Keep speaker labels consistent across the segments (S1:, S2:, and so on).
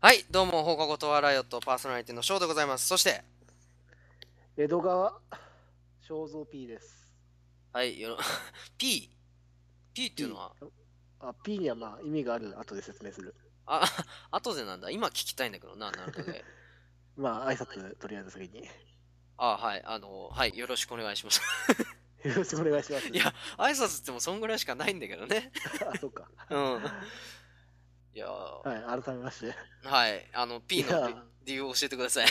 S1: はい、どうも、放課後とはライオットパーソナリティのショーでございます。そして、
S2: 江戸川正蔵 P です。
S1: はい、よろ、P、P っていうのは、
S2: あ P にはまあ意味がある後で説明する。
S1: あ、後でなんだ、今聞きたいんだけどな、なるほど ね。
S2: まあ挨拶とりあえず先に。
S1: あ、はい、あの、はい、よろしくお願いします。
S2: よろしくお願いします。
S1: いや、挨拶ってもそんぐらいしかないんだけどね。
S2: あ、そうか。
S1: うん。
S2: はい
S1: やー
S2: い、改めまして。
S1: はい、あの、P
S2: いや
S1: の理由を教えてください。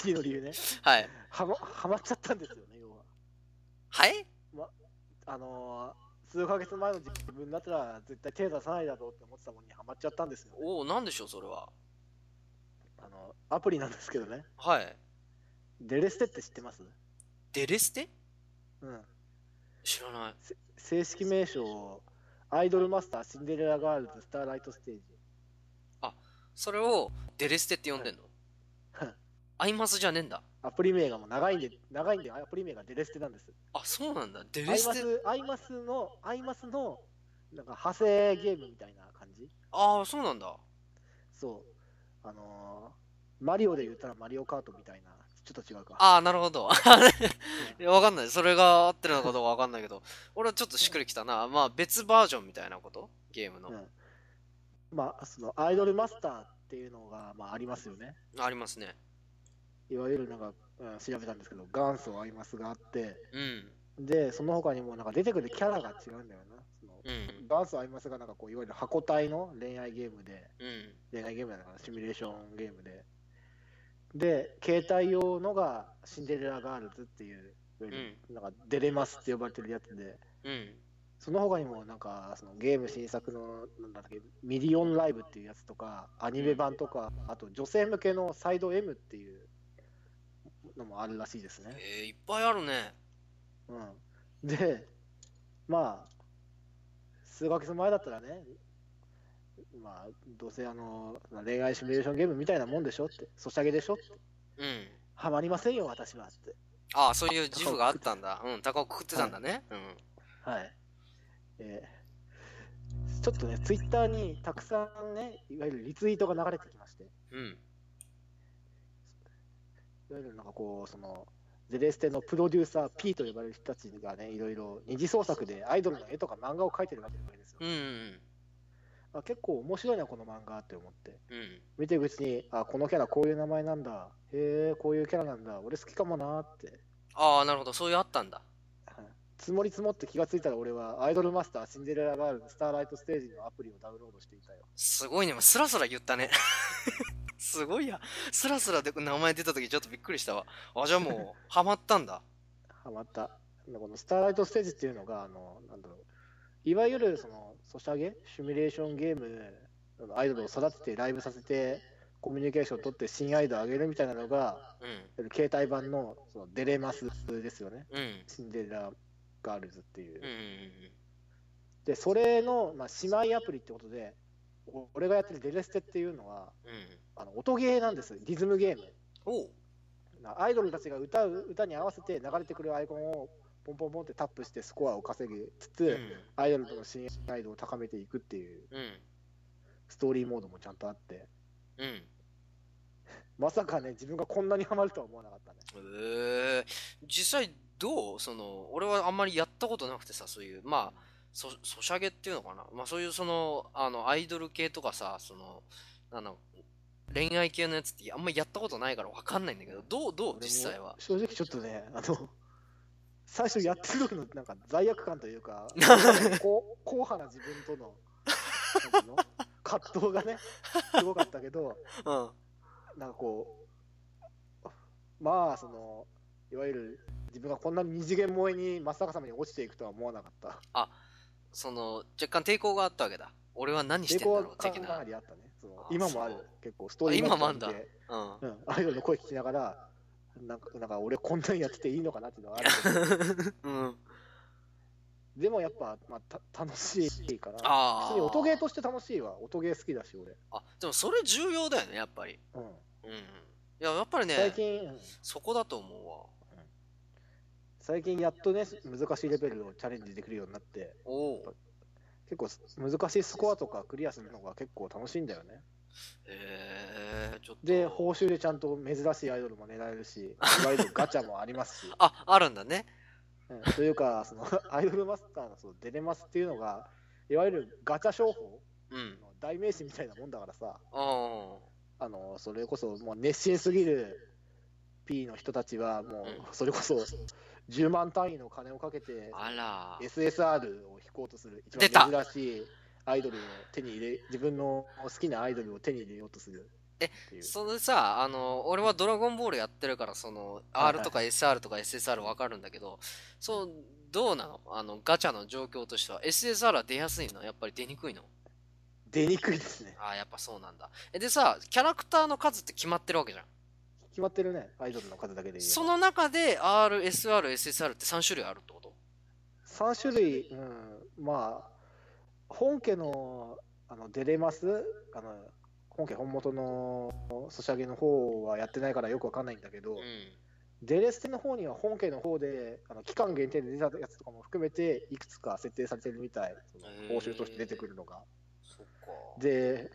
S2: P の理由ね。
S1: はい。
S2: はまはまっちゃったんですよね、要は。
S1: はい
S2: あのー、数ヶ月前の自分だったら絶対手出さないだろうって思ってたものにはまっちゃったんですよ。
S1: おお、なんでしょう、それは。
S2: あのアプリなんですけどね。
S1: はい。
S2: デレステって知ってます
S1: デレステ
S2: うん。
S1: 知らない。
S2: 正式名称、アイドルマスター、シンデレラガールズ、スターライトステージ。
S1: それを、デレステって呼んでんの
S2: はい
S1: アイマスじゃねえんだ。
S2: アプリ名がもう長いんで、長いんで、アプリ名がデレステなんです。
S1: あ、そうなんだ。デ
S2: ア
S1: レ
S2: イ
S1: ス
S2: マ
S1: テ。
S2: ス、アイマスの、アイマスの、なんか派生ゲームみたいな感じ
S1: ああ、そうなんだ。
S2: そう。あのー、マリオで言ったらマリオカートみたいな、ちょっと違うか。
S1: ああ、なるほ ど。あれわかんない。それが合ってるのかどうかわかんないけど、俺はちょっとしっくりきたな。まあ、別バージョンみたいなことゲームの
S2: う。んまあ、その、アイドルマスターっていうのが、まあ、ありますよね。
S1: ありますね。
S2: いわゆるなんか、うん、調べたんですけど、元祖アイマスがあって、
S1: うん。
S2: で、その他にもなんか出てくるキャラが違うんだよな。その
S1: うん。
S2: 元祖アイマスがなんかこう、いわゆる箱体の恋愛ゲームで、
S1: うん。
S2: 恋愛ゲームなのかなシミュレーションゲームで。で、携帯用のがシンデレラガールズっていう、いわゆるなんかデレマスって呼ばれてるやつで、
S1: うん。
S2: その他にもなんかそのゲーム新作のなんだっけ、ミリオンライブっていうやつとか、アニメ版とか、あと女性向けのサイド M っていうのもあるらしいですね。
S1: えー、いっぱいあるね。
S2: うん、で、まあ、数ヶ月前だったらね、まあ、どうせあの恋愛シミュレーションゲームみたいなもんでしょって、ソシャゲでしょって、
S1: うん。
S2: はまりませんよ、私はって。
S1: ああ、そういう自負があったんだ。うん。高をくくってたんだね。うん。
S2: はい。えーちょっとね、ツイッターにたくさんね、いわゆるリツイートが流れてきまして、い
S1: うん。
S2: わゆるなんかこう、その、ゼレステのプロデューサー P と呼ばれる人たちがね、いろいろ二次創作でアイドルの絵とか漫画を描いてるわけですよ
S1: う。ん。うん
S2: あ結構面白いな、この漫画って思って。
S1: うん。
S2: 見ていくうちに、あ、このキャラこういう名前なんだ。へえ、こういうキャラなんだ。俺好きかもなーって。
S1: ああ、なるほど。そういうあったんだ。
S2: はい積もり積もって気がついたら俺はアイドルマスターシンデレラガールのスターライトステージのアプリをダウンロードしていたよ。
S1: すごいね。スラスラ言ったね。 すごいや。スラスラで名前出た時ちょっとびっくりしたわ。あ、じゃあもう、ハマったんだ。
S2: ハマった。このスターライトステージっていうのが、あの、なんだろう。いわゆるその、ソシャゲシミュレーションゲーム、あのアイドルを育ててライブさせて、コミュニケーションを取って新アイドルを上げるみたいなのが、
S1: うん。
S2: 携帯版のそのデレマスですよね。
S1: うん。
S2: シンデレラガールズっていう。
S1: うんうん
S2: で、それの、まあ、姉妹アプリってことで、お俺がやってるデレステっていうのは、
S1: うんうんうん
S2: あの音ゲーなんです、リズムゲーム。
S1: おう
S2: なアイドルたちが歌う歌に合わせて流れてくるアイコンをポンポンポンってタップしてスコアを稼ぎつつ、
S1: うん
S2: アイドルとの信頼度を高めていくっていう
S1: うん
S2: ストーリーモードもちゃんとあって、
S1: うん
S2: まさかね、自分がこんなにハマるとは思わなかったね。
S1: えー実際どうその俺はあんまりやったことなくてさそういうまあそソシャゲっていうのかな、まあ、そういうそのあのアイドル系とかさそのあの恋愛系のやつってあんまりやったことないからわかんないんだけどどうどう
S2: 俺も
S1: 実際は
S2: 正直ちょっとね、あの、最初やってる時のなんか罪悪感とい うか、こう硬派な自分とのな んていうの葛藤がね、すごかったけど、
S1: うん
S2: なんかこう、まあ、その、いわゆる自分がこんなに二次元萌えに真っ逆さまに落ちていくとは思わなかった。
S1: その若干抵抗があったわけだ俺は何してんだ
S2: 抵抗は
S1: ろう
S2: か
S1: 的
S2: な
S1: な
S2: りあったね。その
S1: あ
S2: 今もある
S1: そう、
S2: 結構、ストーリー
S1: あ今もあん
S2: 見
S1: だ
S2: て
S1: うん
S2: うん、アイドルの声聞きながら、なんか、なんか俺こんなにやってていいのかなっていうのはあるけど、
S1: うん
S2: でもやっぱ、まあ、た楽しいから、
S1: あ
S2: 普通に
S1: あ
S2: 音ゲーとして楽しいわ、音ゲー好きだし、俺。
S1: あでもそれ重要だよねやっぱり
S2: うん、
S1: うんいややっぱりね
S2: 最近、うん
S1: そこだと思うわ
S2: 最近やっとね、難しいレベルをチャレンジできるようになって、
S1: おお
S2: 結構す難しいスコアとかクリアするのが結構楽しいんだよね。
S1: へえ、ちょっと。
S2: で、報酬でちゃんと珍しいアイドルも狙えるし、いわゆるガチャもありますし、
S1: あ、あるんだね。
S2: うんというか、その アイドルマスターのそのデレマスっていうのが、いわゆるガチャ商法
S1: うん。
S2: の代名詞みたいなもんだからさ、
S1: あ
S2: あのそれこそもう熱心すぎる P の人たちは、
S1: う
S2: も
S1: ん
S2: うそれこそ10万単位の金をかけて、
S1: あ。あら。
S2: SSR を引こうとする、
S1: 出
S2: 一
S1: た
S2: 番珍しいアイドルを手に入れ、自分の好きなアイドルを手に入れようとするっていう。
S1: それさ、あの、俺はドラゴンボールやってるから、その、
S2: はいはい
S1: R とか SR とか SSR わかるんだけど、そう、どうなのあの、ガチャの状況としては、SSR は出やすいのやっぱり出にくいの
S2: 出にくいですね。
S1: ああ、やっぱそうなんだ。え、でさ、キャラクターの数って決まってるわけじゃん。
S2: 決まってるね、アイドルの数だけで言えば
S1: その中で R、SR、SSR って3種類あるってこと
S2: 3種類、うん、まあ、本家のあのデレマス、あの本家本元のソシャゲの方はやってないからよくわかんないんだけど、
S1: うん。
S2: デレステの方には本家の方であの期間限定で出たやつとかも含めて、いくつか設定されてるみたい、その報酬として出てくるのが。
S1: そっか。
S2: で、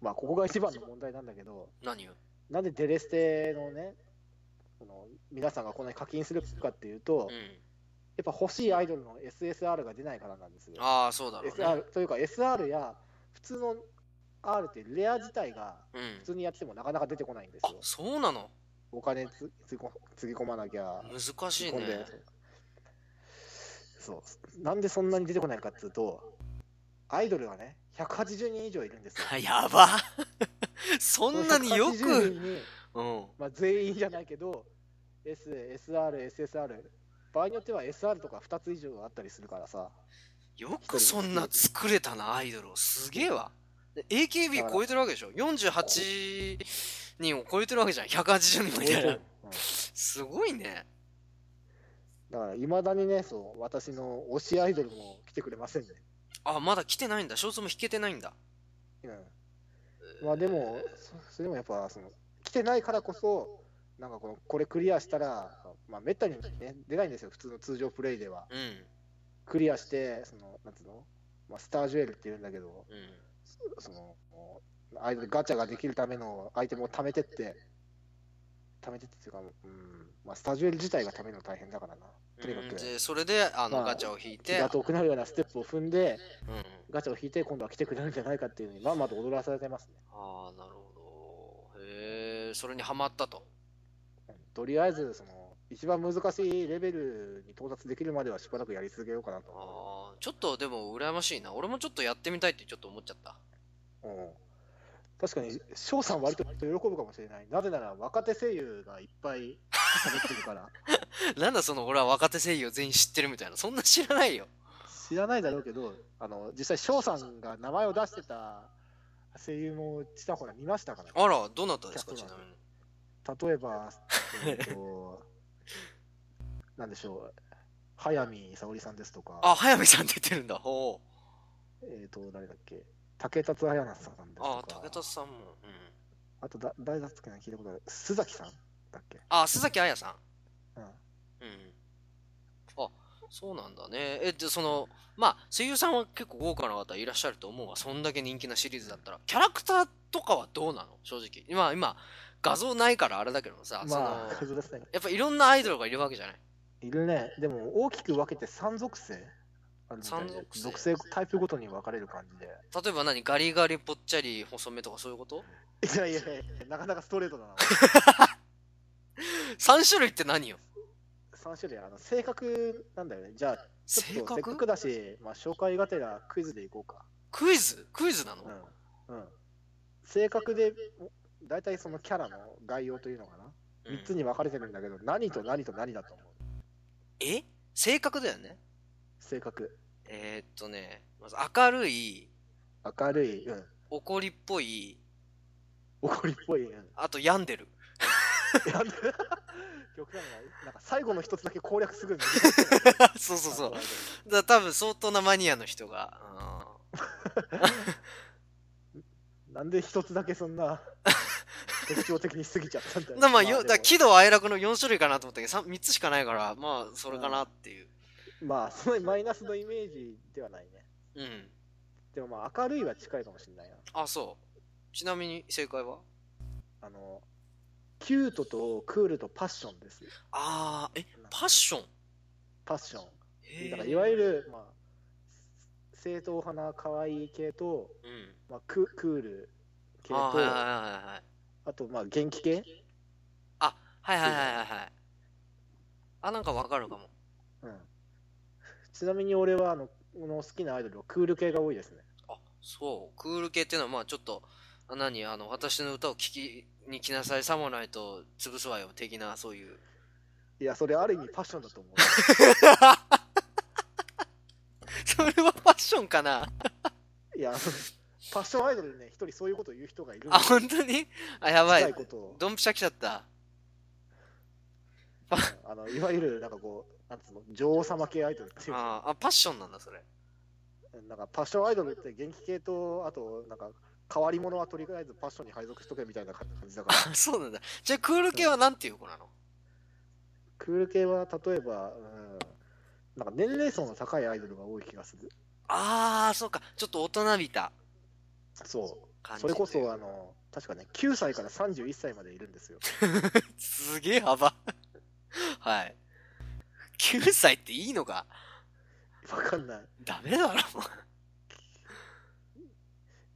S2: まあ、ここが一番の問題なんだけど、
S1: 何よ
S2: なんでデレステのね、その皆さんがこんなに課金するかっていうと、
S1: う
S2: や
S1: ん。
S2: っぱ欲しいアイドルの SSR が出ないからなんですよ。
S1: ああ、そうだろうね。
S2: SR というか SR や普通の R ってレア自体が
S1: う
S2: 普
S1: ん。
S2: 通にやってもなかなか出てこないんです
S1: あ
S2: よ、。
S1: そうなの
S2: お金つつぎ込つぎ込まなきゃ、
S1: 難しい
S2: 込ん
S1: ね
S2: で。そう。なんでそんなに出てこないかっていうと、アイドルがね、180人以上いるんですよ。
S1: あ やばそんなによ
S2: その
S1: く、
S2: 180人に
S1: うん、
S2: まあ、全員じゃないけど、S、SR、SSR、場合によっては SR とか2つ以上あったりするからさ、
S1: よくそんな作れたなアイドルをすげえわで
S2: だ
S1: AKB
S2: から
S1: 超えてるわけでしょ48人を超えてるわけじゃん180人みたいな
S2: うん
S1: すごいね
S2: だから、いまだにね、そう、私の推しアイドルも来てくれませんね。
S1: あまだ来てないんだショーツも引けてないんだ
S2: うん。まあでも、そそれでもやっぱ、その、来てないからこそ、なんかこの、これクリアしたら、まあ、めったにね、出ないんですよ、普通の通常プレイでは。
S1: うん
S2: クリアして、その、なんつうの、まあ、スタージュエルって言うんだけど、
S1: うん
S2: そその、アイドルガチャができるためのアイテムを貯めてって、貯めてってっていうか、うん、まあ、スタージュエル自体が貯めるの大変だからな。とにか
S1: うん
S2: く、
S1: でそれであの
S2: まあ
S1: ガチャを引い
S2: 気
S1: て、
S2: が遠くなるようなステップを踏んで、
S1: うん、
S2: ガチャを引いて今度は来てくれるんじゃないかっていうのにまんまと踊らされてますね。
S1: ああなるほどへえそれにはまったと
S2: とりあえずその一番難しいレベルに到達できるまではしばらくやり続けようかなと思
S1: あーちょっとでも羨ましいな俺もちょっとやってみたいってちょっと思っちゃった
S2: う。うん確かに翔さん割と喜ぶかもしれない。なぜなら若手声優がいっぱい喋ってるから。
S1: なんだその俺は若手声優を全員知ってるみたいなそんな知らないよ
S2: 知らないだろうけど、あの実際翔さんが名前を出してた声優もちたほら見ましたから。
S1: あらどなたですか
S2: い
S1: ち
S2: や
S1: な
S2: そう
S1: みに
S2: 例えば、えっと、 なんでしょう。早見沙織さんですとか。
S1: あ早見さん出てるんだほう
S2: えっ、と、誰だっけ竹達彩菜さんですとか
S1: あ武田さんも、うん、
S2: あとだ、誰だっけな聞いたことある。須崎さんだっけ
S1: あ須崎彩さん
S2: うん。
S1: うんあそうなんだねえでそのまあ声優さんは結構豪華な方いらっしゃると思うわそんだけ人気なシリーズだったらキャラクターとかはどうなの正直今今画像ないからあれだけどさ、そ
S2: まあ、
S1: の
S2: 数ですね。
S1: やっぱいろんなアイドルがいるわけじゃない
S2: いるね。でも、大きく分けて三属性あるみたい
S1: 三
S2: で
S1: 属性
S2: 属性タイプごとに分かれる感じで。
S1: 例えば何ガリガリぽっちゃり細めとかそういうこと
S2: いやいやいや、なかなかストレートだな。
S1: 3種類って何よ
S2: 3種類、あの、性格なんだよね。じゃあ、ち
S1: 性
S2: ょっとせっか
S1: 格
S2: くだし、まあ、紹介がてらクイズでいこうか。
S1: クイズクイズなの、
S2: うん。うん。性格で、大体そのキャラの概要というのかな。
S1: うん
S2: 3つに分かれてるんだけど、何と何と何だと思う
S1: え性格だよね
S2: 性格。
S1: えーっとね、まず明るい、
S2: 明るい、うん、
S1: 怒りっぽい、
S2: 怒りっぽい、うん、
S1: あと病ん でる。
S2: やん極端な、なんか最後の一つだけ攻略するんだよ
S1: そうそうそう。だから多分相当なマニアの人が。
S2: なんで一つだけそんな特徴的に過ぎちゃったんだ
S1: う
S2: よ。
S1: ん、だからまあ、よ
S2: で
S1: だ
S2: も
S1: から喜怒哀楽の4種類かなと思ったけど 3, つしかないから、まあそれかなっていう。
S2: まあ、そんなにマイナスのイメージではない
S1: う
S2: ね。
S1: ん。
S2: でもまあ、明るいは近いかもしれないな。
S1: あ、そう。ちなみに正解は
S2: あのキュートとクールとパッションです
S1: ああ、え、パッション
S2: パッション
S1: へー
S2: だからいわゆる、まあ、正統派な可愛い系と、
S1: うん。
S2: まあ、ククール系と
S1: あーはいはい
S2: あ
S1: はいはい。
S2: と、まあ、元気系、
S1: あ、はいはいはいはいはい。あ、なんかわかるかも。
S2: うん、ちなみに俺はあのこの好きなアイドルはクール系が多いですね
S1: あ、そう。クール系っていうのは、まあちょっと、あ何あの、私の歌を聴きに来なさい、さもないと潰すわよ、的な、そう いう。
S2: いやそれある意味パッションだと思う
S1: それはパッションかない
S2: やあのパッションアイドルでね一人そういうことを言う人がいるんで
S1: あ、本当にあ、やば
S2: 近
S1: い
S2: い。ことを
S1: ドンピシャ来ちゃった。
S2: あのいわゆるなんかこうなんつうの女王様系アイドルっていうか
S1: あーあ、パッションなんだ、それ。
S2: なんかパッションアイドルって元気系とあとなんか変わり者はとりあえずパッションに配属しとけみたいな感じだから
S1: あそうなんだ。じゃあ、クール系はなんていう子なの
S2: クール系は例えば、うん、なんか年齢層の高いアイドルが多い気がする
S1: ああ、そうか。ちょっと大人びた
S2: そう
S1: 感じ。
S2: それこそあの確かね9歳から31歳までいるんですよ
S1: すげえ幅。 はい。9歳っていいのか
S2: わかんない
S1: ダメだろ。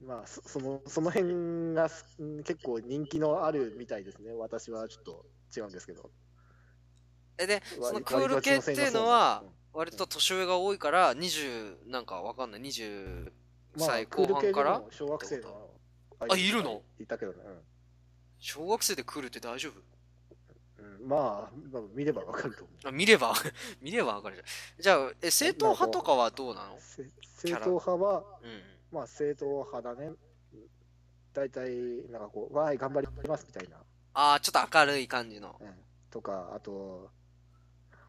S2: まあそそのその辺がすうん結構人気のあるみたいですね私はちょっと違うんですけど
S1: え、で、その
S2: 割
S1: クール系っていうのは割
S2: 割、
S1: と年上が多いから、20、なんかわかんない、20
S2: と私の性格は
S1: 歳後
S2: うんまあクール系
S1: 半
S2: で
S1: から
S2: も、小学生のアイ
S1: あいるの
S2: いたけどね、うん
S1: 小学生でクールって大丈夫
S2: うんまあ、まあ見ればわかると思
S1: あ見れば、 見ればわかるじゃん。じゃあ、え、正統派とかはどうなの
S2: う。せ正統派は、
S1: うん。
S2: まあ、正統派だね。大体、なんかこう、わーい、頑張りますみたいな。
S1: ああ、ちょっと明るい感じの。
S2: うん、とか、あと、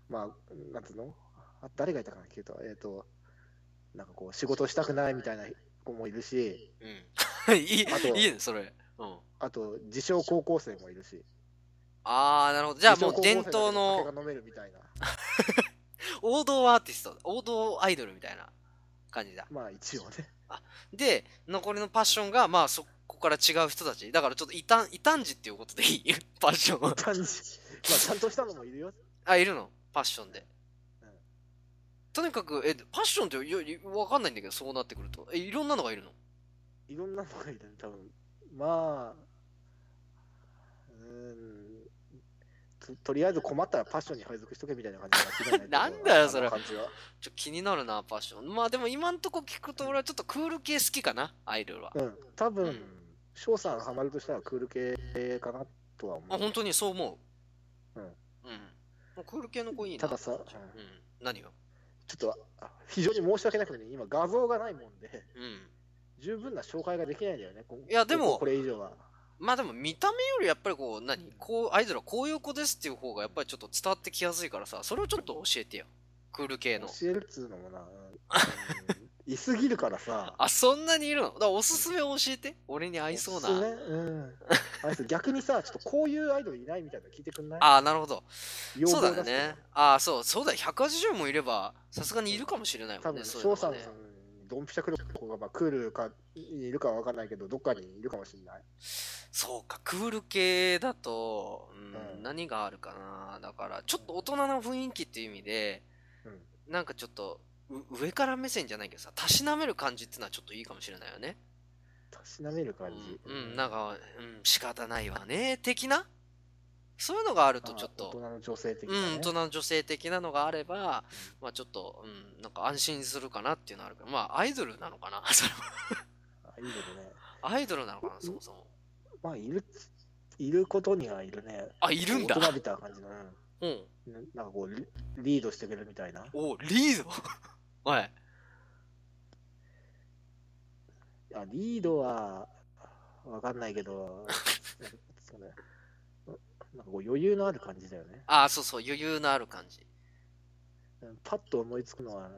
S2: まあ、なんつうのあ誰がいたかな、聞くと。えっ、と、なんかこう、仕事したくないみたいな子もいるし、
S1: うん。いい
S2: あと、
S1: いいね、それ。うん。
S2: あと、自称高校生もいるし。
S1: ああ、なるほど。じゃあもう
S2: 自
S1: 伝
S2: 称高校
S1: 統
S2: 生だ
S1: の
S2: けど酒が飲めるみたいな。
S1: 王道アーティスト、王道アイドルみたいな感じだ。
S2: まあ、一応ね。
S1: で、残りのパッションが、まあそこから違う人たち。だからちょっと異端、異端児っていうことでい いパッションは。
S2: 感じ。まあ、ちゃんとしたのもいるよ。
S1: あ、いるのパッションで
S2: うん。
S1: とにかく、え、パッションってよよわかんないんだけど、そうなってくると。え、いろんなのがいるの
S2: いろんなのがいるね、多分まあ、うーんと、とりあえず困ったらパッションに配属しとけみたいな感じが
S1: なんだよそれ
S2: 感じは。
S1: ちょ気になるな、パッション。まあでも今んとこ聞くと俺はちょっとクール系好きかな、アイドルは。
S2: うん、多
S1: う
S2: 分
S1: ん
S2: 翔さんハマるとしたらクール系かなとは思う。
S1: あ、本当にそう思う。
S2: うん
S1: うん。もうクール系の子いいな。
S2: たださ、うん
S1: うん。何よ。
S2: ちょっとあ非常に申し訳なくて、ね、今画像がないもんで、
S1: うん。
S2: 十分な紹介ができないんだよね。こ
S1: いやでも
S2: これ以上は。
S1: まあでも見た目よりやっぱりこう何こうアイドルはこういう子ですっていう方がやっぱりちょっと伝わってきやすいからさそれをちょっと教えてよクール系の
S2: 教えるっつうのもな、うんうんいすぎるからさ。
S1: あそんなにいるのだからおすすめを教えて俺に合いそうな
S2: おすすめうん。あれさ逆にさ、ちょっとこういうアイドルいないみたいなの聞いてくんない
S1: ああなるほど
S2: 要
S1: そう
S2: 望
S1: だ
S2: 出
S1: よ
S2: す
S1: ね。ああそうそうだよ180もいればさすがにいるかもしれないも
S2: 多
S1: んね
S2: 分、
S1: そういうの
S2: 翔さ
S1: が
S2: ん
S1: ね
S2: さん、ドンピシャクロックが、まあ、クールか、いるかは分かんないけど、どっかにいるかもしれない。
S1: そうかクール系だと、うん
S2: うん
S1: 何があるかなだからちょっと大人の雰囲気っていう意味で、なんかちょっとう上から目線じゃないけどさたしなめる感じってのはちょっといいかもしれないよね
S2: たしなめる感じ。
S1: うん、うんなんか、うん、仕方ないわね、的な。そういうのがあると、
S2: あ
S1: ちょっ
S2: 大
S1: と
S2: 人、の女性的
S1: う
S2: な、ね
S1: ん、大人の女性的なのがあれば、まあちょっと、うん、なんか安心するかなっていうのはあるけど、まあアイドルなのかな、 それは
S2: あいいけどね。
S1: アイドルなのかな、そもそも。
S2: まあ、いる、いることにはいるね。
S1: あ、いるんだ。
S2: 大人びた感じの、う
S1: うん。
S2: んななんかこうリ、リードしてくれるみたいな。
S1: お、リード おい。
S2: あリードは分かんないけど、なんかそうねなんかこう余裕のある感じだよね。
S1: あ、そうそう、余裕のある感じ。
S2: うんパッと思いつくのは、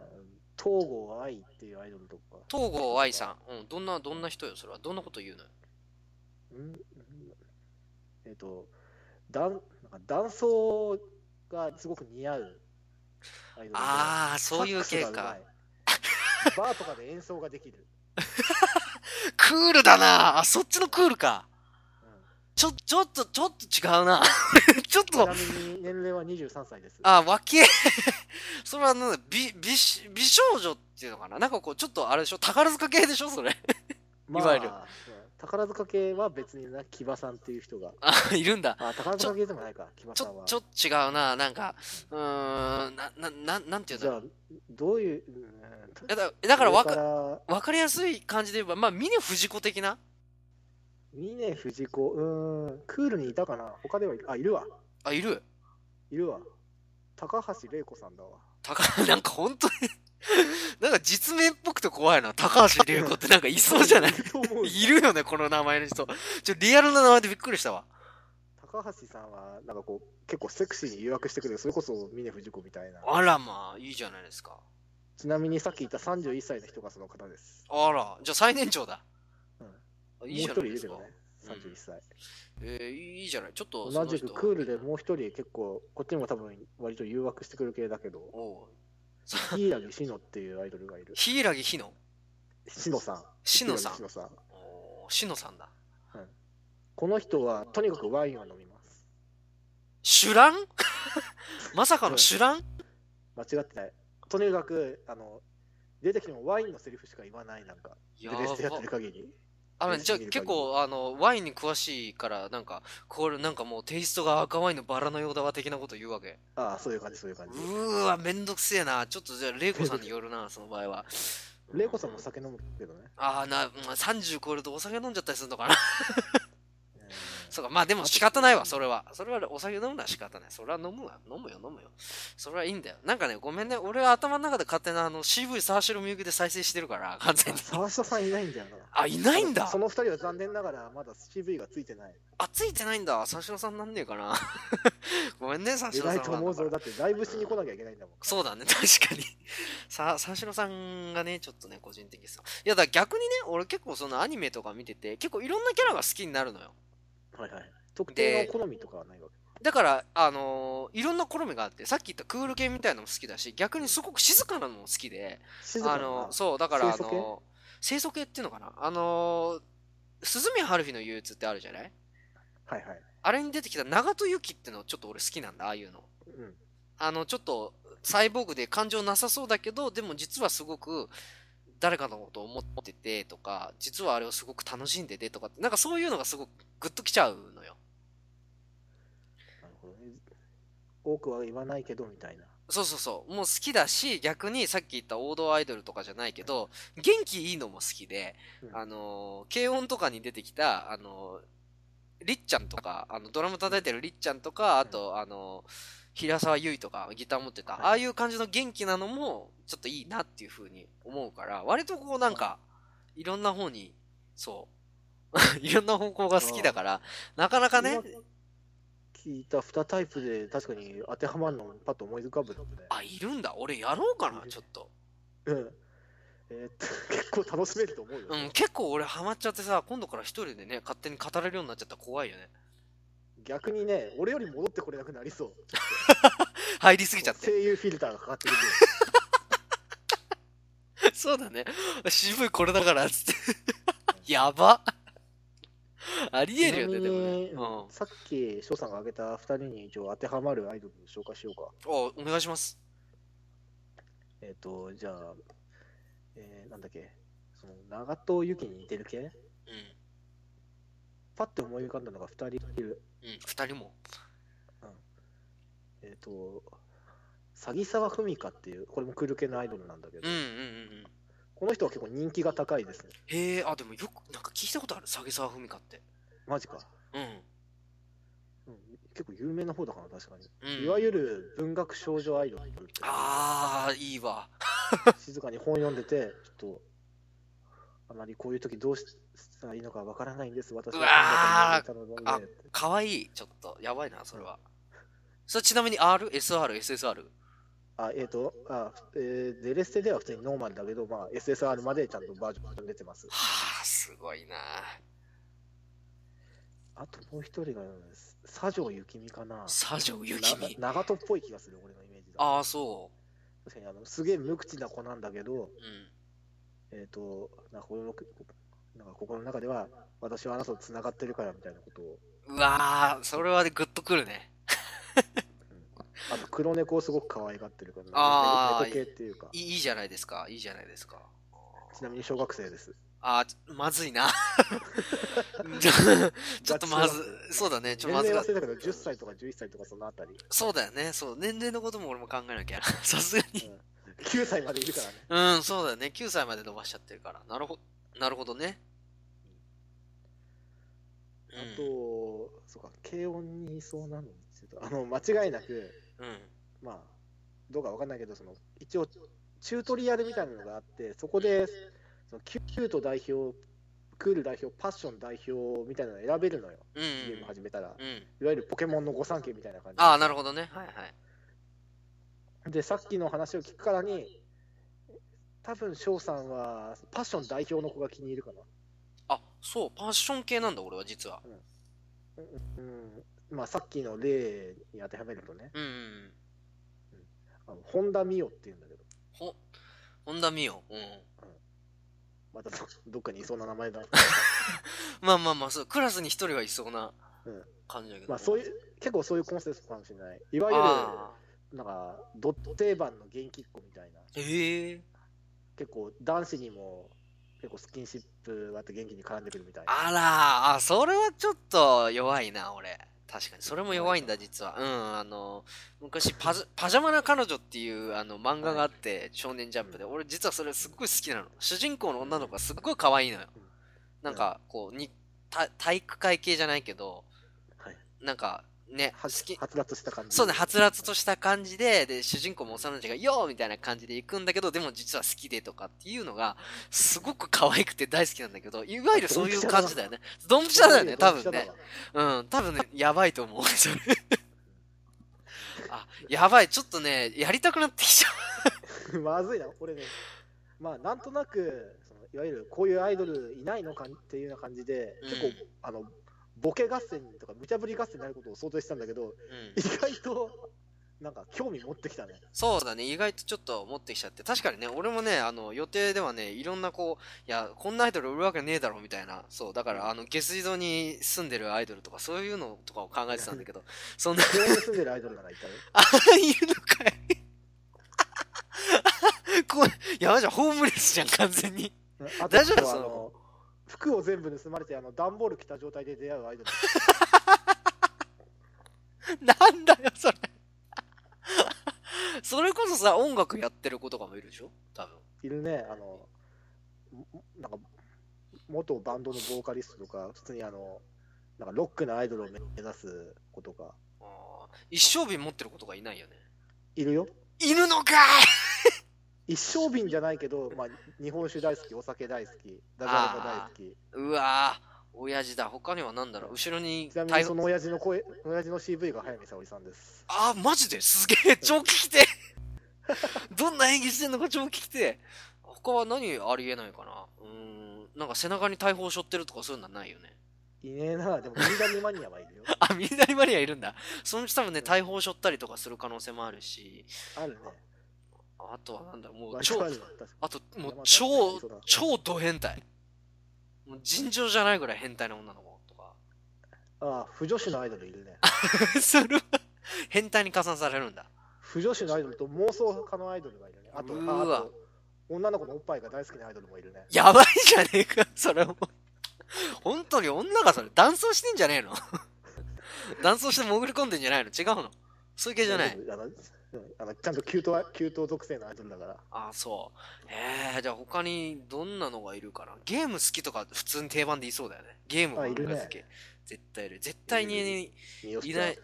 S2: 東郷愛っていうアイドルとか。
S1: 東郷愛さん。うん、どんな、どんな人よ、それは。どんなこと言うのよ。
S2: うんえっ、と、ダンなんか男装がすごく似合うアイドルで
S1: ああ、そういう系
S2: サッ
S1: か
S2: ク。スが上手いバーとかで演奏ができる。
S1: クールだなあ、そっちのクールか。ちょ、ちょっと、ちょっと違うな。 ちょっ
S2: ちな
S1: と、
S2: みに年齢は23歳です。
S1: あ、わけ。 それはなんだ、美、美し、美少女っていうのかななんかこう、ちょっとあれでしょ宝塚系でしょそれ。
S2: まあ、
S1: いわゆる
S2: うん宝塚系は別にな、木場さんっていう人が。
S1: あ、いるんだ。
S2: あ、宝塚系でもないか、木場
S1: ち
S2: さん
S1: ょ
S2: は。、
S1: ちょっと違うななんか、うーん、な、な、ななんていうん
S2: じ
S1: だ
S2: ゃ
S1: ろう
S2: あ、どういう、うん
S1: いや。だだからわ
S2: わ
S1: か、
S2: か
S1: わかりやすい感じで言えば、まあ、峰藤子的な
S2: 峰藤子、うーん、クールにいたかな他ではいる、あ、いるわ。
S1: あ、いる。
S2: いるわ。高橋玲子さんだわ。
S1: 高 橋、なんか本当に、なんか実名っぽくて怖いな。高橋玲子ってなんかいそうじゃない
S2: ると思う
S1: いるよね、この名前の人。ちょ、リアルな名前でびっくりしたわ。
S2: 高橋さんは、なんかこう、結構セクシーに誘惑してくる、それこそ峰藤子みたいな。
S1: あらまあ、いいじゃないですか。
S2: ちなみにさっき言った31歳の人がその方です。
S1: あら、じゃあ最年長だ。
S2: もう
S1: いいじ
S2: 一
S1: ゃ
S2: 人
S1: ないい
S2: る
S1: です
S2: け
S1: か
S2: ど。ね、31歳。
S1: えー、いいじゃない。ちょっとそ
S2: 同
S1: の
S2: じ
S1: 人、
S2: くクールでもう一人結構、こっちにも多分割と誘惑してくる系だけど、
S1: おう。
S2: ヒイラギシノっていうアイドルがいる。
S1: ヒイラギヒノ。
S2: シノさん。
S1: シノさん
S2: 柊木篠ん
S1: おーシノさんだ。
S2: この人はとにかくワインを飲みます。
S1: シュラン まさかのシュラン
S2: 間違ってない。とにかく、あの、出てきてもワインのセリフしか言わない、なんか。
S1: や
S2: ド
S1: ば
S2: レスでやってる限り。
S1: あの
S2: レシピ
S1: じゃあ
S2: 見る
S1: 結構あのワインに詳しいからなんかこれなんかもうテイストが赤ワインのバラのようだわ的なこと言うわけ
S2: ああ、そういう感じ、そういう感
S1: う
S2: じ。
S1: ーわめんどくせえなちょっとじゃあ玲子さんによるなその場合は
S2: レイコさんも酒飲むけどね。
S1: ああな、まあ、30超えるとお酒飲んじゃったりするのかな
S2: うん
S1: そうかまあでも仕方ないわそれはそれはお酒飲むのは仕方ないそれは飲むわ飲むよ飲むよそれはいいんだよなんかねごめんね俺は頭の中で勝手なあの CV 沢城みゆきで再生してるから完全に
S2: 沢下さんいないんだよな。
S1: あいないんだ
S2: そのその二人は残念ながらまだ CV がついてない。
S1: あついてないんだ沢城さんなんねえかな ごめんね沢
S2: 出
S1: 城さ
S2: なんいと思う
S1: は
S2: ぞ。だってライブしに来なきゃいけないんだもん。
S1: そうだね、 確かに。さ、三四郎さんがね、ちょっとね、個人的ですよ。いや、だから逆にね、俺結構そのアニメとか見てて、結構いろんなキャラが好きになるのよ。
S2: はいはい。特定の好みとかはないわけ。
S1: だから、あのーいろんな好みがあって、さっき言ったクール系みたいのも好きだし、逆にすごく静かなのも好きで、
S2: 静か
S1: あ
S2: だな
S1: のーそう、だから、あ
S2: 清楚系
S1: のー清楚系っていうのかなあのー、鈴宮春日の憂鬱ってあるじゃない
S2: はいはい。
S1: あれに出てきた長戸由紀ってのちょっと俺好きなんだ、ああいうの。
S2: うん。
S1: あの、ちょっと、サイボーグで感情なさそうだけど、でも実はすごく、誰かのことを思っててとか、実はあれをすごく楽しんでてとかって、なんかそういうのがすごくグッときちゃうのよ。
S2: なるほどね。多くは言わないけどみたいな。
S1: そうそうそう。もう好きだし、逆にさっき言った王道アイドルとかじゃないけど、元気いいのも好きで、
S2: うん
S1: あのー、軽音とかに出てきた、あのー、りっちゃんとか、あの、ドラム叩いてるりっちゃんとか、あと、あのー、平沢優衣とかギター持ってた、
S2: はい
S1: ああいう感じの元気なのも、ちょっといいなっていうふうに思うから、割とこうなんか、いろんな方に、そう、い ろんな方向が好きだから、なかなかね、
S2: 今聞いた2タイプで確かに当てはまるのパッと思い浮かぶので。
S1: あ、いるんだ。俺やろうかな、ちょっと。
S2: うん。えーっと、結構楽しめると思うよ。
S1: うん、結構俺ハマっちゃってさ、今度から一人でね、勝手に語れるようになっちゃったら怖いよね。
S2: 逆にね、俺より戻ってこれなくなりそう。
S1: 入りすぎちゃって。
S2: 声優フィルターがかかってくる。
S1: そうだね。渋いこれだから、つって。 やば。ありえるよね、
S2: ち
S1: で
S2: なみ
S1: も
S2: に
S1: ね。うん。お
S2: さっき翔さんが挙げた2人に一応当てはまるアイドルを紹介しようか。
S1: お願いします。
S2: えっ、と、じゃあ、えーなんだっけ、その長戸由紀に似てる系
S1: うん。
S2: パッて思い浮かんだのが2人いる。
S1: うん、二人も。
S2: えっ、と、詐沢文香っていう、これもクール系のアイドルなんだけど、
S1: うんうんうんうん。
S2: この人は結構人気が高いですね。
S1: へえ、あ、でもよく、なんか聞いたことある。下げ沢文香って。
S2: マジか。
S1: うん。
S2: うん、結構有名な方だから確かに。
S1: うん。
S2: いわゆる文学少女アイドルっていう
S1: ああ、いいわ。
S2: 静かに本読んでて、ちょっと、あまりこういう時どうしたらいいのかわからないんです、私
S1: うわ
S2: こんなことに
S1: あ
S2: なりたので
S1: かわいい。ちょっと、やばいな、それは。それちなみに R、SR、SSR。
S2: あ、えっ、と、あ、えーデレステでは普通にノーマルだけど、まあ、SSR までちゃんとバージョン出てます。
S1: はあ、すごいな。
S2: あともう一人が、佐城幸美かな。
S1: 佐城ゆきみ。
S2: な長門っぽい気がする、俺のイメージだと。
S1: ああ、そ
S2: 確かにあの、すげえ無口な子なんだけど
S1: う。、うん。
S2: えっ、と、なんか俺の、なんか心の中では、私はあなたと繋がってるからみたいなことを、
S1: うわー、それはグッとくるね。
S2: あと黒猫をすごく可愛がってるから、
S1: あー
S2: 猫系っていうか、
S1: いいいいじゃないですか。いいじゃないですか。
S2: ちなみに小学生です。
S1: あー、ちまずい な。ちょちょっとまず、そうだね。ちょ
S2: 年
S1: っとま
S2: 齢
S1: ずか
S2: 忘れたけど、10歳とか11歳とかそのあたり、
S1: そうだよね。そう。年齢のことも俺も考えなきゃ。 さすがに。
S2: 9歳までいるからね。
S1: うん、そうだよね。9歳まで伸ばしちゃってるから。なるほど。なるほどね。うん
S2: あと、そうか、軽音にいそうなのにちょっとあの、間違いなく、
S1: うん。
S2: まあ、どうかわかんないけど、その、一応、チュートリアルみたいなのがあって、そこで、そのキュキュート代表、クール代表、パッション代表みたいなの選べるのよ、
S1: うん
S2: ゲーム始めたら。
S1: うん。うん。
S2: いわゆるポケモンの御三家みたいな感じ。
S1: ああ、なるほどね。はいはい。
S2: で、さっきの話を聞くからに、多分翔さんは、パッション代表の子が気に入るかな。
S1: あ、そう。パッション系なんだ、俺は実は。
S2: うん。まあ、さっきの例に当てはめるとね、
S1: うんうんうん。
S2: あの本田美桜っていうんだけど、
S1: ほ、本田美桜。うん。
S2: またど どっかにいそうな名前だ。
S1: まあまあまあ、そう。クラスに一人はいそうな
S2: うん
S1: 感じだけど。
S2: まあ、そういう、結構そういうコンセプトかもしれない。いわゆる、
S1: ああ。
S2: なんか、ド定番の元気っ子みたいな、
S1: ええ
S2: 結構男子にも結構スキンシップがあって元気に絡んでくるみたいな。
S1: あらーあ、それはちょっと弱いな、俺。確かに。それも弱いんだ、実は。うん、あの、昔、パジパジャマな彼女っていうあの漫画があって、少年ジャンプで。俺、実はそれすっごい好きなの。主人公の女の子がすっごい可愛いのよ
S2: うん。
S1: なんか、こう、にた体育会系じゃないけど、
S2: はい。
S1: なんか、ね、好
S2: は
S1: き。
S2: はつらつとした感じ。
S1: そうね、はつらつとした感じで、で、主人公も幼なじみが、よーみたいな感じで行くんだけど、でも実は好きでとかっていうのが、すごく可愛くて大好きなんだけど、いわゆるそういう感じだよね。ドンピシャだよね、多分ね。。うん、多分ね、やばいと思う。それあ、やばい、ちょっとね、やりたくなってきちゃ
S2: まずいな、俺ね。まあ、なんとなく、そのいわゆるこういうアイドルいないのかっていうような感じで、
S1: うん
S2: 結構、あの、ボケ合戦とか無茶ぶり合戦になることを想定してたんだけ
S1: う。、
S2: ど
S1: うん
S2: 意外と、なんか興味持ってきたね。
S1: そうだね、意外とちょっと持ってきちゃって、確かにね、俺もね、あの、予定ではね、いろんなこう、いや、こんなアイドル売るわけねえだろ、みたいな、そう、だから、あの、下水道に住んでるアイドルとか、そういうのとかを考えてたんだけど、そんな、
S2: 公園に住んでるアイドルならいたよ。
S1: ああいう のかい。こう、やばいじゃん、ホームレスじゃん、完全に。
S2: あと
S1: 大丈夫
S2: あと
S1: そ
S2: あ
S1: の
S2: の服を全部盗まれてあの段ボール着た状態で出会うアイドル
S1: なんだよ、それ。 それこそさ、音楽やってる子とかもいるでしょ多分。
S2: いるねあのもなんか元バンドのボーカリストとか普通にあのなんかロックなアイドルを目指す子とか
S1: あー一生瓶持ってる子とかいないよね。
S2: いるよ
S1: いるのかい
S2: 一生瓶じゃないけど、まあ、日本酒大好きお酒大好きダジャレが大好き
S1: うわぁ、親父だ。他には何だろう後ろに
S2: ちなみ
S1: 台
S2: にそ
S1: 本
S2: の親父の声親父の CV が早見沙織さんです
S1: あー、マジですげえ超聞きてえ どんな演技してんのか超聞きてえ他は何ありえないかなうーん、なんか背中に大砲背負ってるとかそういうのはないよね。
S2: いねえなでもミンダミマニアはいるよ
S1: あ、ミリダリマリアいるんだ。そのうち多分ね、大砲背負ったりとかする可能性もあるし、
S2: あるね
S1: あとはなんだろう、もう
S2: 割
S1: 超
S2: とあ、るよ確かに
S1: あともう
S2: 山田
S1: 超
S2: そうだ、
S1: 超ド変態。もう尋常じゃないぐらい変態な女の子とか。
S2: ああ不女子のアイドルいるね
S1: それは、変態に加算されるんだ。
S2: 不女子のアイドルと妄想家のアイドルがいるね。あと、
S1: うーわ
S2: ああと女の子のおっぱいが大好きなアイドルもいるね。
S1: やばいじゃねえか、それも。本当に女がそれ、断層してんじゃねえの 断層して潜り込んでんじゃないの違うのそういう系じゃない。
S2: あの、うんあのちゃんと給湯給湯属性のアイドルだから。
S1: ああ、そう。ええじゃあ他にどんなのがいるかなゲーム好きとか普通に定番でいそうだよね。ゲームが
S2: あいるね
S1: 好き。絶対いる。絶対
S2: いる
S1: に
S2: 三好ちゃん
S1: いない。、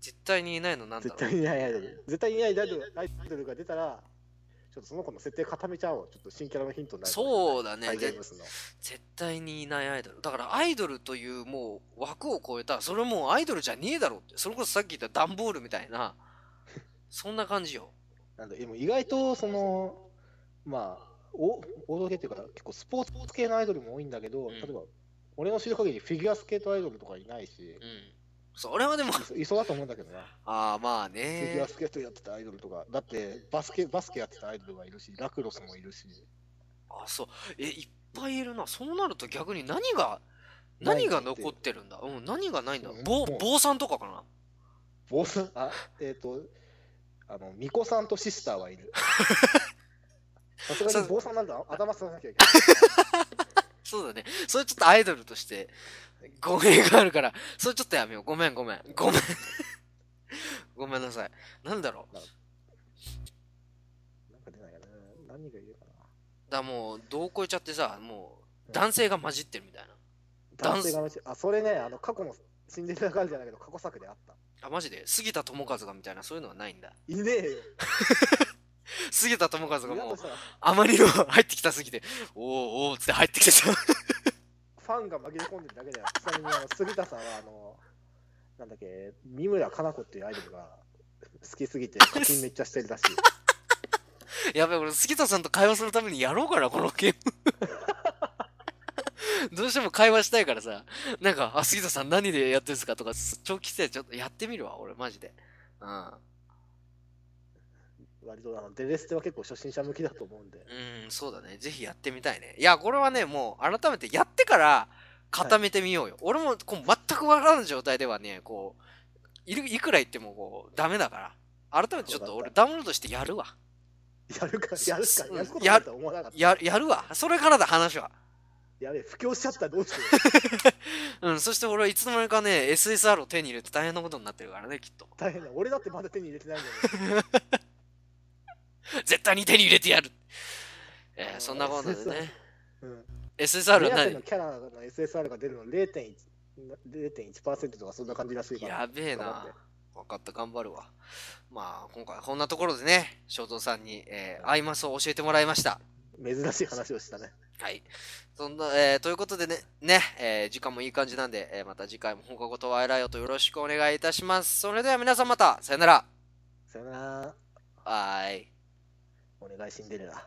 S1: 絶対にいないのなんだ
S2: 絶
S1: ろ
S2: 対
S1: う。
S2: いないアイドル。絶対いないアイドルアイドルが出たら、ちょっとその子の設定固めちゃおう。ちょっと新キャラのヒントになるかもしれない。
S1: そうだね
S2: ハイゲームスの。
S1: 絶対にいないアイドル。だからアイドルというもう枠を超えた、それもうアイドルじゃねえだろって。それこそさっき言った段ボールみたいな、そんな感じよ。
S2: なんで、でも意外と、その、まあ、お王道系っていうか、結構スポーツ系のアイドルも多いんだけど、
S1: うん
S2: 例えば、俺の知る限りフィギュアスケートアイドルとかいないし
S1: う、ん。それはでも、
S2: いそいそうだと思うんだけどな。
S1: ああ、まあ
S2: フィギュ
S1: ね
S2: ア。スケートやってたアイドルとか、だってバスケバスケやってたアイドルがいるし、ラクロスもいるし、
S1: あそう。え、いっぱいいるな。そうなると逆に何が、
S2: ない
S1: 何
S2: んだ
S1: が
S2: っていう
S1: 残ってるんだうん、何がないんだ
S2: うん
S1: 坊
S2: もう
S1: 坊さんとかかな
S2: 坊さん、あ、えっ、と、あの、巫女さんとシスターは いる。さすがに坊さんなんだ、頭さなきゃいけない。
S1: そうだね。それちょっとアイドルとして、語弊があるから、それちょっとやめよう。ごめん、ごめん。ごめん。 ごめんなさい。なんだろう。
S2: なんか出ないかな。何がいるかな。
S1: だからもう、どう超えちゃってさ、も
S2: う、
S1: うん男性が混じってるみたいな。ダン
S2: 男
S1: ス
S2: 性がめちゃあ、それね、あの、過去のシンデレラガールじゃないけど、過去作であった。
S1: あ、マジで杉田智和がみたいな、そういうのはないん だ。
S2: いねえよ。
S1: 杉田智和が
S2: だ
S1: も
S2: と
S1: う
S2: し、たら、
S1: あまりの入ってきたすぎて、おーおーっつって入ってきてさ。
S2: ファンが紛れ込んでるだけだよ。ちなみに、あの杉田さんは、あの、なんだっけ、三村かな子っていうアイドルが好きすぎて、課金めっちゃしてるらし い。
S1: やべえ、俺、杉田さんと会話するためにやろうかな、このゲーム。 どうしても会話したいからさ、なんか、あ、杉田さん何でやってるんですかとか、す長期制ちょっとやってみるわ、俺、マジで。うん。
S2: 割と、あの、デレステは結構初心者向きだと思うんで。
S1: うん、そうだね。ぜひやってみたいね。いや、これはね、もう、改めてやってから固めてみようよ。俺も、こう、全くわからん状態ではね、こう、いるいくら言っても、こう、ダメだから。改めてちょっと
S2: そうだ
S1: 俺
S2: っ
S1: ダウンロードしてやるわ。
S2: やるか、やるか、
S1: うん
S2: やることないとは思わなかった。
S1: や、やるわ。それからだ、話は。
S2: やれ、布教しちゃったらどうしよう。
S1: うん、そして俺はいつの間にかね、SSR を手に入れて大変なことになってるからね、きっと。
S2: 大変だ。俺だってまだ手に入れてないんだよ、ね。
S1: 絶対に手に入れてやるえ
S2: あ
S1: ー、
S2: ー
S1: そんなことでね。
S2: うん。
S1: SSR
S2: 目
S1: は
S2: 当ての
S1: 何
S2: キャラの SSR が出るの0.1 0.1%とかそんな感じらしいから。
S1: やべえ
S2: 頑張
S1: な
S2: って。
S1: 分かった、頑張るわ。まあ、今回こんなところでね、正蔵さんに、えーアイマスを教えてもらいました。
S2: 珍しい話をしたね。
S1: はい。そんな、えーということでね、ね、えー時間もいい感じなんで、えーまた次回も放課後とワイライオとよろしくお願いいたします。それでは皆さんまた、さよなら。
S2: さよなら。
S1: バイ。
S2: お願いシンデレラ。